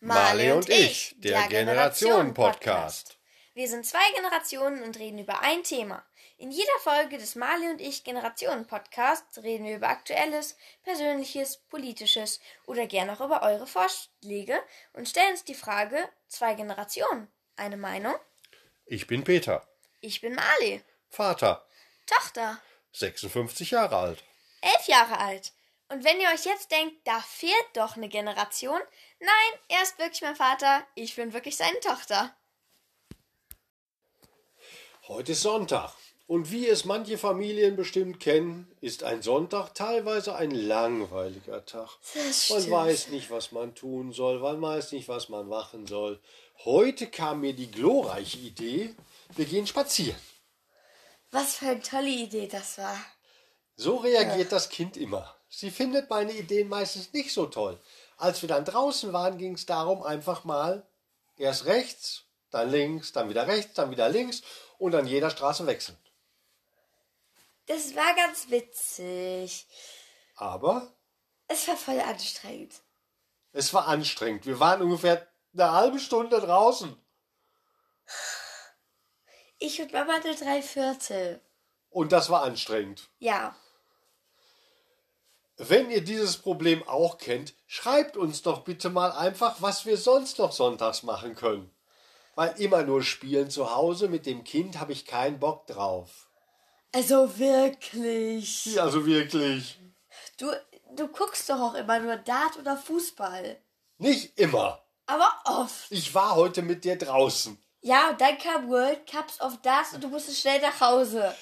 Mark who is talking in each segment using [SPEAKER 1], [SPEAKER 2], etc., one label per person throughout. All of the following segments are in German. [SPEAKER 1] Marley und ich, der Generationen-Podcast.
[SPEAKER 2] Wir sind zwei Generationen und reden über ein Thema. In jeder Folge des Marley und ich Generationen-Podcasts reden wir über Aktuelles, Persönliches, Politisches oder gern auch über eure Vorschläge und stellen uns die Frage: Zwei Generationen, eine Meinung?
[SPEAKER 1] Ich bin Peter,
[SPEAKER 2] Ich bin Marley,
[SPEAKER 1] Vater,
[SPEAKER 2] Tochter,
[SPEAKER 1] 56 Jahre alt.
[SPEAKER 2] elf Jahre alt. Und wenn ihr euch jetzt denkt, da fehlt doch eine Generation, nein, er ist wirklich mein Vater, ich bin wirklich seine Tochter.
[SPEAKER 1] Heute ist Sonntag. Und wie es manche Familien bestimmt kennen, ist ein Sonntag teilweise ein langweiliger Tag.
[SPEAKER 2] Das
[SPEAKER 1] Man weiß nicht, was man tun soll, man weiß nicht, was man machen soll. Heute kam mir die glorreiche Idee, wir gehen spazieren.
[SPEAKER 2] Was für eine tolle Idee das war.
[SPEAKER 1] So reagiert das Kind immer. Sie findet meine Ideen meistens nicht so toll. Als wir dann draußen waren, ging es darum, einfach mal erst rechts, dann links, dann wieder rechts, dann wieder links und an jeder Straße wechseln.
[SPEAKER 2] Das war ganz witzig.
[SPEAKER 1] Aber
[SPEAKER 2] Es war voll anstrengend.
[SPEAKER 1] es war anstrengend. Wir waren ungefähr eine halbe Stunde draußen.
[SPEAKER 2] Ich und Mama nur drei Viertel.
[SPEAKER 1] Und das war anstrengend.
[SPEAKER 2] Ja.
[SPEAKER 1] Wenn ihr dieses Problem auch kennt, schreibt uns doch bitte mal einfach, was wir sonst noch sonntags machen können. Weil immer nur spielen zu Hause mit dem Kind habe ich keinen Bock drauf.
[SPEAKER 2] Also wirklich.
[SPEAKER 1] Ja, Also wirklich.
[SPEAKER 2] Du, du guckst doch auch immer nur Dart oder Fußball.
[SPEAKER 1] Nicht immer.
[SPEAKER 2] Aber oft.
[SPEAKER 1] Ich war heute mit dir draußen.
[SPEAKER 2] Ja, und dann kam World Cups auf Darts und du musstest schnell nach Hause.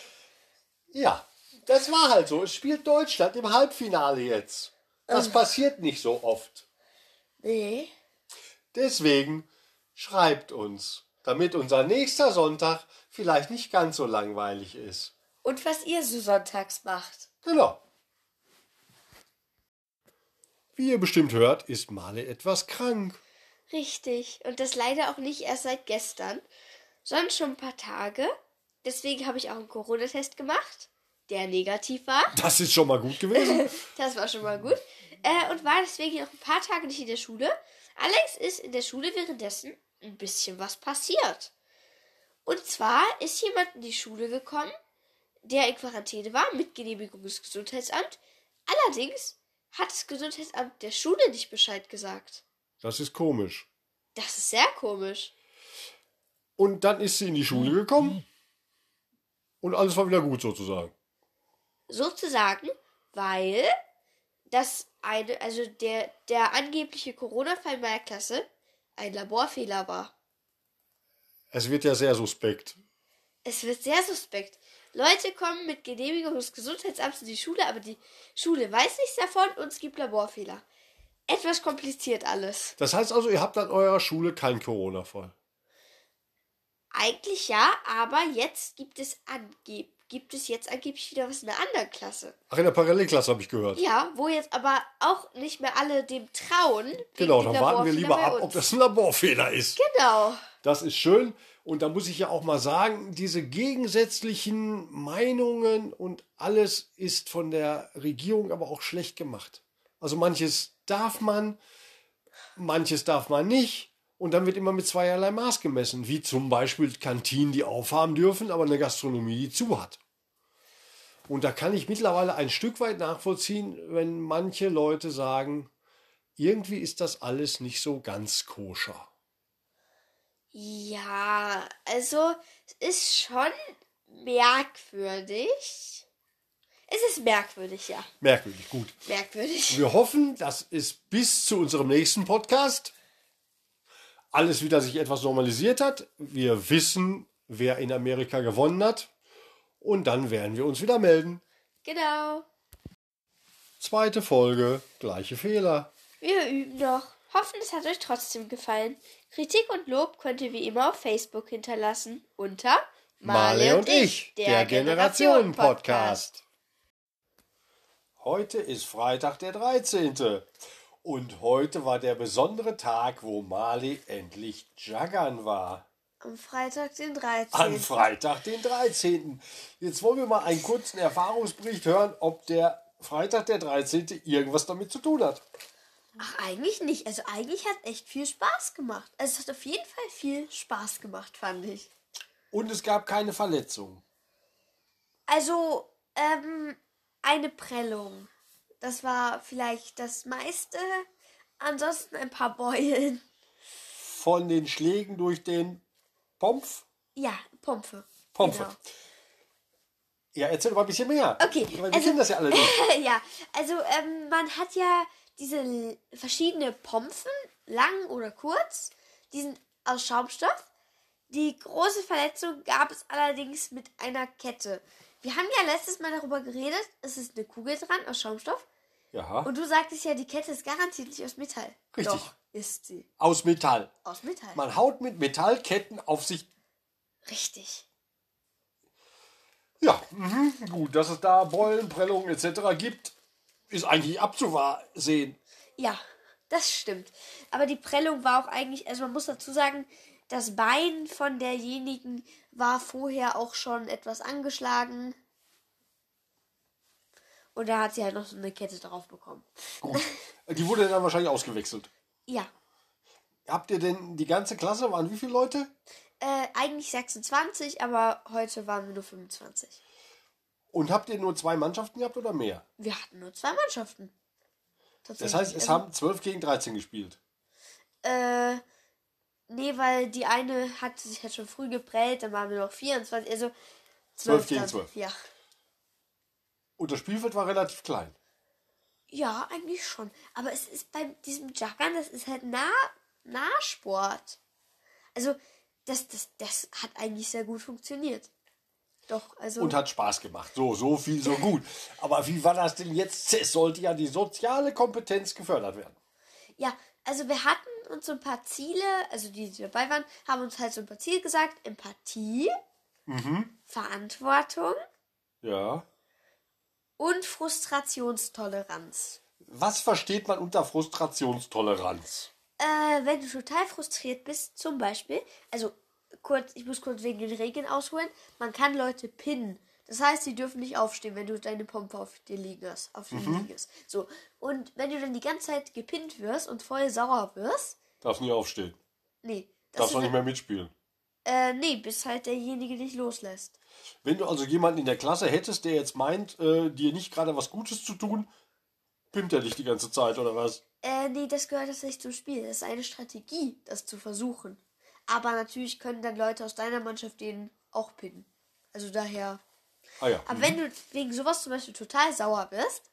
[SPEAKER 1] Ja, das war halt so. Es spielt Deutschland im Halbfinale jetzt. Das passiert nicht so oft.
[SPEAKER 2] Nee.
[SPEAKER 1] Deswegen schreibt uns, damit unser nächster Sonntag vielleicht nicht ganz so langweilig ist.
[SPEAKER 2] Und was ihr so sonntags macht.
[SPEAKER 1] Genau. Wie ihr bestimmt hört, ist Marley etwas krank.
[SPEAKER 2] Richtig. Und das leider auch nicht erst seit gestern, sondern schon ein paar Tage. Deswegen habe ich auch einen Corona-Test gemacht, der negativ war.
[SPEAKER 1] Das ist schon mal gut gewesen.
[SPEAKER 2] Das war schon mal gut. Äh, und war deswegen noch ein paar Tage nicht in der Schule. Allerdings ist in der Schule währenddessen ein bisschen was passiert. Und zwar ist jemand in die Schule gekommen, der in Quarantäne war, mit Genehmigung des Gesundheitsamts. Allerdings hat das Gesundheitsamt der Schule nicht Bescheid gesagt.
[SPEAKER 1] Das ist komisch.
[SPEAKER 2] Das ist sehr komisch.
[SPEAKER 1] Und dann ist sie in die Schule
[SPEAKER 2] Mhm.
[SPEAKER 1] gekommen. Und alles war wieder gut sozusagen.
[SPEAKER 2] Sozusagen, weil das eine, also der, der angebliche Corona-Fall meiner Klasse ein Laborfehler war.
[SPEAKER 1] Es wird ja sehr suspekt.
[SPEAKER 2] Es wird sehr suspekt. Leute kommen mit Genehmigung des Gesundheitsamts in die Schule, aber die Schule weiß nichts davon und es gibt Laborfehler. Etwas kompliziert alles.
[SPEAKER 1] Das heißt also, ihr habt an eurer Schule keinen Corona-Fall.
[SPEAKER 2] Eigentlich ja, aber jetzt gibt es angeb gibt es jetzt angeblich wieder was in der anderen Klasse.
[SPEAKER 1] Ach, in der Parallelklasse habe ich gehört.
[SPEAKER 2] Ja, wo jetzt aber auch nicht mehr alle dem trauen. wegen
[SPEAKER 1] genau,
[SPEAKER 2] dem
[SPEAKER 1] dann warten wir
[SPEAKER 2] Laborfehler
[SPEAKER 1] lieber
[SPEAKER 2] bei
[SPEAKER 1] ab,
[SPEAKER 2] uns.
[SPEAKER 1] ob das ein Laborfehler ist.
[SPEAKER 2] Genau.
[SPEAKER 1] Das ist schön. Und da muss ich ja auch mal sagen, diese gegensätzlichen Meinungen und alles ist von der Regierung aber auch schlecht gemacht. Also manches darf man, manches darf man nicht. Und dann wird immer mit zweierlei Maß gemessen, wie zum Beispiel Kantinen, die aufhaben dürfen, aber eine Gastronomie, die zu hat. Und da kann ich mittlerweile ein Stück weit nachvollziehen, wenn manche Leute sagen, irgendwie ist das alles nicht so ganz koscher.
[SPEAKER 2] Ja, also es ist schon merkwürdig. Es ist merkwürdig, ja.
[SPEAKER 1] Merkwürdig, gut.
[SPEAKER 2] Merkwürdig.
[SPEAKER 1] Wir hoffen, dass es bis zu unserem nächsten Podcast alles wieder sich etwas normalisiert hat. Wir wissen, wer in Amerika gewonnen hat. Und dann werden wir uns wieder melden.
[SPEAKER 2] Genau.
[SPEAKER 1] Zweite Folge, gleiche Fehler.
[SPEAKER 2] Wir üben noch. Hoffen, es hat euch trotzdem gefallen. Kritik und Lob könnt ihr wie immer auf Facebook hinterlassen unter
[SPEAKER 1] Marley und ich, der Generationen-Podcast. Heute ist Freitag, der 13. Und heute war der besondere Tag, wo Marley endlich Jaggern war.
[SPEAKER 2] Am Freitag, den 13.
[SPEAKER 1] Am Freitag, den 13. Jetzt wollen wir mal einen kurzen Erfahrungsbericht hören, ob der Freitag, der 13. irgendwas damit zu tun hat.
[SPEAKER 2] Ach, eigentlich nicht. Also eigentlich hat echt viel Spaß gemacht. Also es hat auf jeden Fall viel Spaß gemacht, fand ich.
[SPEAKER 1] Und es gab keine Verletzungen.
[SPEAKER 2] Also, ähm, eine Prellung. Das war vielleicht das meiste. Ansonsten ein paar Beulen.
[SPEAKER 1] Von den Schlägen durch den Pompf?
[SPEAKER 2] Ja, Pompe.
[SPEAKER 1] Pompe.
[SPEAKER 2] Genau.
[SPEAKER 1] Ja, erzähl mal ein bisschen mehr.
[SPEAKER 2] Okay,
[SPEAKER 1] Weil wir
[SPEAKER 2] also-
[SPEAKER 1] kennen das ja alle nicht.
[SPEAKER 2] ja, also ähm, man hat ja diese l- verschiedene Pompen, lang oder kurz. Die sind aus Schaumstoff. Die große Verletzung gab es allerdings mit einer Kette. Wir haben ja letztes Mal darüber geredet, es ist eine Kugel dran aus Schaumstoff.
[SPEAKER 1] Ja,
[SPEAKER 2] Und du sagtest ja, die Kette ist garantiert nicht aus Metall.
[SPEAKER 1] Richtig.
[SPEAKER 2] Doch, ist sie.
[SPEAKER 1] aus Metall.
[SPEAKER 2] Aus Metall.
[SPEAKER 1] Man haut mit Metallketten auf sich.
[SPEAKER 2] Richtig.
[SPEAKER 1] Ja, mhm, gut, dass es da Beulen, Prellungen etc. gibt, ist eigentlich abzusehen.
[SPEAKER 2] Ja, das stimmt. Aber die Prellung war auch eigentlich, also man muss dazu sagen, das Bein von derjenigen war vorher auch schon etwas angeschlagen. Und da hat sie halt noch so eine Kette drauf bekommen.
[SPEAKER 1] Gut. Die wurde dann wahrscheinlich ausgewechselt.
[SPEAKER 2] Ja,
[SPEAKER 1] Habt ihr denn die ganze Klasse? Waren wie viele Leute?
[SPEAKER 2] äh, eigentlich 26, aber heute waren wir nur 25.
[SPEAKER 1] Und habt ihr nur zwei Mannschaften gehabt oder mehr?
[SPEAKER 2] Wir hatten nur zwei Mannschaften.
[SPEAKER 1] Das heißt, es
[SPEAKER 2] Also,
[SPEAKER 1] haben 12 gegen 13 gespielt.
[SPEAKER 2] Äh, nee, weil die eine hatte sich halt schon früh geprellt, dann waren wir noch 24, also
[SPEAKER 1] 12 gegen
[SPEAKER 2] dann.
[SPEAKER 1] 12.
[SPEAKER 2] Ja.
[SPEAKER 1] Und das Spielfeld war relativ klein.
[SPEAKER 2] Ja, eigentlich schon. Aber es ist bei diesem Jackern, das ist halt nah, Nahsport. Also, das, das, das hat eigentlich sehr gut funktioniert. Doch, also.
[SPEAKER 1] Und hat Spaß gemacht. So, so viel, so gut. Aber wie war das denn jetzt? Es sollte ja die soziale Kompetenz gefördert werden.
[SPEAKER 2] ja, also wir hatten uns so ein paar Ziele, also die, die dabei waren, haben uns halt so ein paar Ziele gesagt. Empathie,
[SPEAKER 1] Mhm.
[SPEAKER 2] Verantwortung
[SPEAKER 1] Ja.
[SPEAKER 2] und Frustrationstoleranz.
[SPEAKER 1] Was versteht man unter Frustrationstoleranz?
[SPEAKER 2] Äh, wenn du total frustriert bist, zum Beispiel, also kurz, ich muss kurz wegen den Regeln ausholen, man kann Leute pinnen. Das heißt, sie dürfen nicht aufstehen, wenn du deine Pompe auf dir liegen hast, auf dir
[SPEAKER 1] Mhm.
[SPEAKER 2] liegen hast. So. Und wenn du dann die ganze Zeit gepinnt wirst und voll sauer wirst,
[SPEAKER 1] Darf nie aufstehen.
[SPEAKER 2] nee, das
[SPEAKER 1] Darf
[SPEAKER 2] ist halt
[SPEAKER 1] man nicht mehr mitspielen.
[SPEAKER 2] äh, nee, bis halt derjenige dich loslässt.
[SPEAKER 1] Wenn du also jemanden in der Klasse hättest, der jetzt meint, äh, dir nicht gerade was Gutes zu tun, pimmt er dich die ganze Zeit oder was?
[SPEAKER 2] Äh, nee, das gehört jetzt nicht zum Spiel. Das ist eine Strategie, das zu versuchen. Aber natürlich können dann Leute aus deiner Mannschaft den auch pinnen. Also daher
[SPEAKER 1] Ah ja.
[SPEAKER 2] Aber wenn du wegen sowas zum Beispiel total sauer bist,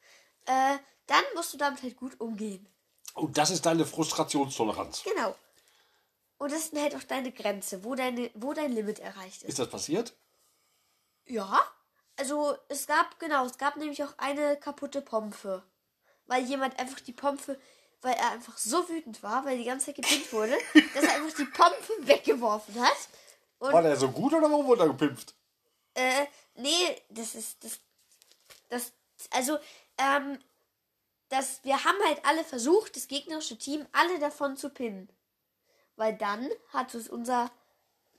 [SPEAKER 2] äh, dann musst du damit halt gut umgehen.
[SPEAKER 1] Und das ist deine Frustrationstoleranz.
[SPEAKER 2] Genau. Und das sind halt auch deine Grenze, wo, deine, wo dein Limit erreicht ist.
[SPEAKER 1] Ist das passiert?
[SPEAKER 2] Ja. Also es gab, genau, es gab nämlich auch eine kaputte Pompe. Weil jemand einfach die Pompe, weil er einfach so wütend war, weil die ganze Zeit gepinnt wurde, dass er einfach die Pompe weggeworfen hat. Und
[SPEAKER 1] War der so gut oder warum wurde er gepimpft?
[SPEAKER 2] Äh, nee, das ist das. Das. Also, ähm, das, wir haben halt alle versucht, das gegnerische Team alle davon zu pinnen. Weil dann hat es unser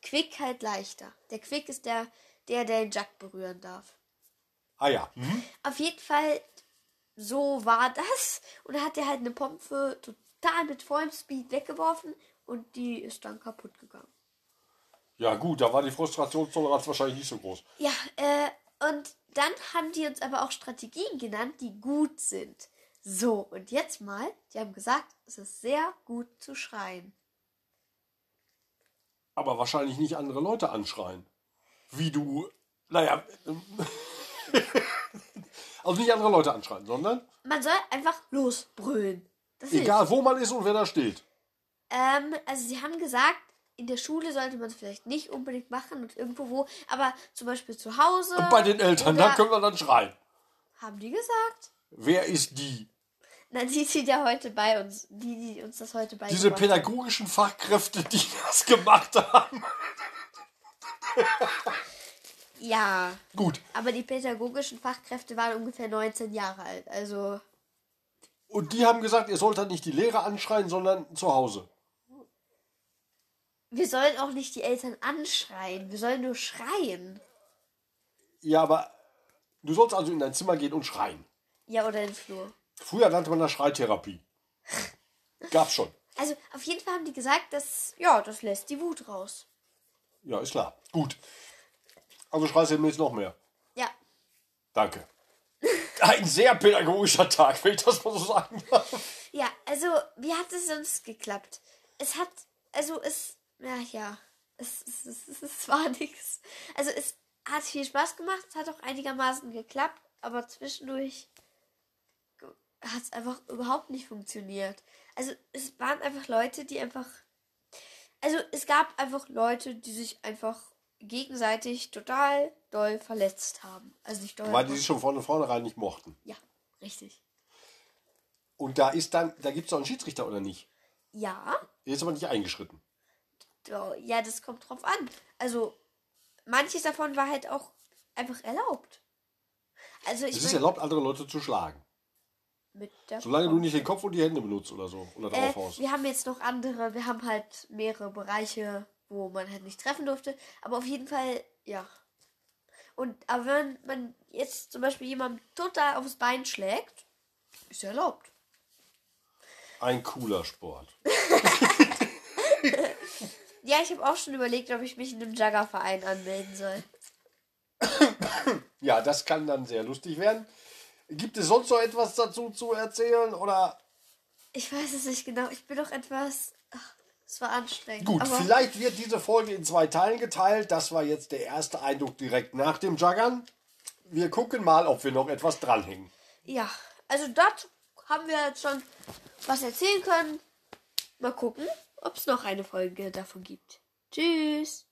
[SPEAKER 2] Quick halt leichter. Der Quick ist der, der, der den Jack berühren darf.
[SPEAKER 1] Ah ja. Mhm.
[SPEAKER 2] Auf jeden Fall, so war das. Und da hat er halt eine Pompe total mit vollem Speed weggeworfen und die ist dann kaputt gegangen.
[SPEAKER 1] Ja gut, da war die Frustrationstoleranz wahrscheinlich nicht so groß.
[SPEAKER 2] Ja, äh, und dann haben die uns aber auch Strategien genannt, die gut sind. So, und jetzt mal, die haben gesagt, es ist sehr gut zu schreien.
[SPEAKER 1] Aber wahrscheinlich nicht andere Leute anschreien. Wie du. Naja. ähm, also nicht andere Leute anschreien, sondern
[SPEAKER 2] Man soll einfach losbrüllen. Das hilft.
[SPEAKER 1] egal wo man ist und wer da steht.
[SPEAKER 2] Ähm, also sie haben gesagt, in der Schule sollte man es vielleicht nicht unbedingt machen und irgendwo wo, aber zum Beispiel zu Hause.
[SPEAKER 1] Bei den Eltern, da
[SPEAKER 2] oder-
[SPEAKER 1] können wir dann schreien.
[SPEAKER 2] Haben die gesagt?
[SPEAKER 1] Wer ist die?
[SPEAKER 2] Na, die sind ja heute bei uns. Die, die uns das heute bei
[SPEAKER 1] Diese pädagogischen Fachkräfte, die das gemacht haben.
[SPEAKER 2] Ja.
[SPEAKER 1] Gut.
[SPEAKER 2] Aber die pädagogischen Fachkräfte waren ungefähr 19 Jahre alt. Also.
[SPEAKER 1] Und die haben gesagt, ihr sollt dann nicht die Lehrer anschreien, sondern zu Hause.
[SPEAKER 2] Wir sollen auch nicht die Eltern anschreien. Wir sollen nur schreien.
[SPEAKER 1] Ja, aber du sollst also in dein Zimmer gehen und schreien.
[SPEAKER 2] Ja, oder im Flur.
[SPEAKER 1] Früher nannte man das Schreitherapie. Gab's schon.
[SPEAKER 2] Also auf jeden Fall haben die gesagt, dass, ja, das lässt die Wut raus.
[SPEAKER 1] Ja, ist klar. Gut. Also schreist du mir jetzt noch mehr.
[SPEAKER 2] Ja.
[SPEAKER 1] Danke. Ein sehr pädagogischer Tag, wenn ich das mal so sagen darf.
[SPEAKER 2] Ja, also, wie hat es sonst geklappt? Es hat, also es, ja, ja, es, es, es, es, es war nichts. Also es hat viel Spaß gemacht, es hat auch einigermaßen geklappt, aber zwischendurch hat es einfach überhaupt nicht funktioniert. Also es waren einfach Leute, die einfach, also es gab einfach Leute, die sich einfach gegenseitig total doll verletzt haben. Also nicht doll.
[SPEAKER 1] Weil die
[SPEAKER 2] aber-
[SPEAKER 1] sich schon vorne vornherein nicht mochten.
[SPEAKER 2] ja, richtig.
[SPEAKER 1] Und da ist dann, da gibt es doch einen Schiedsrichter oder nicht?
[SPEAKER 2] Ja,
[SPEAKER 1] Der ist aber nicht eingeschritten.
[SPEAKER 2] Ja, ja, das kommt drauf an. Also, manches davon war halt auch einfach erlaubt. Also, ich
[SPEAKER 1] Es ist
[SPEAKER 2] mein,
[SPEAKER 1] erlaubt, andere Leute zu schlagen.
[SPEAKER 2] mit der
[SPEAKER 1] Solange du nicht den Kopf und die Hände benutzt oder so. Oder
[SPEAKER 2] äh,
[SPEAKER 1] drauf haust.
[SPEAKER 2] Wir haben jetzt noch andere, wir haben halt mehrere Bereiche, wo man halt nicht treffen durfte. Aber auf jeden Fall, ja. Und aber wenn man jetzt zum Beispiel jemandem total aufs Bein schlägt, ist ja erlaubt.
[SPEAKER 1] Ein cooler Sport.
[SPEAKER 2] Ja, ich habe auch schon überlegt, ob ich mich in einem Jaggerverein anmelden soll.
[SPEAKER 1] Ja, das kann dann sehr lustig werden. Gibt es sonst noch etwas dazu zu erzählen? Oder
[SPEAKER 2] Ich weiß es nicht genau. Ich bin doch etwas. Ach, es war anstrengend.
[SPEAKER 1] Gut,
[SPEAKER 2] aber
[SPEAKER 1] vielleicht wird diese Folge in zwei Teilen geteilt. Das war jetzt der erste Eindruck direkt nach dem Juggern. Wir gucken mal, ob wir noch etwas dranhängen.
[SPEAKER 2] Ja, also dazu haben wir jetzt schon was erzählen können. Mal gucken, ob es noch eine Folge davon gibt. Tschüss.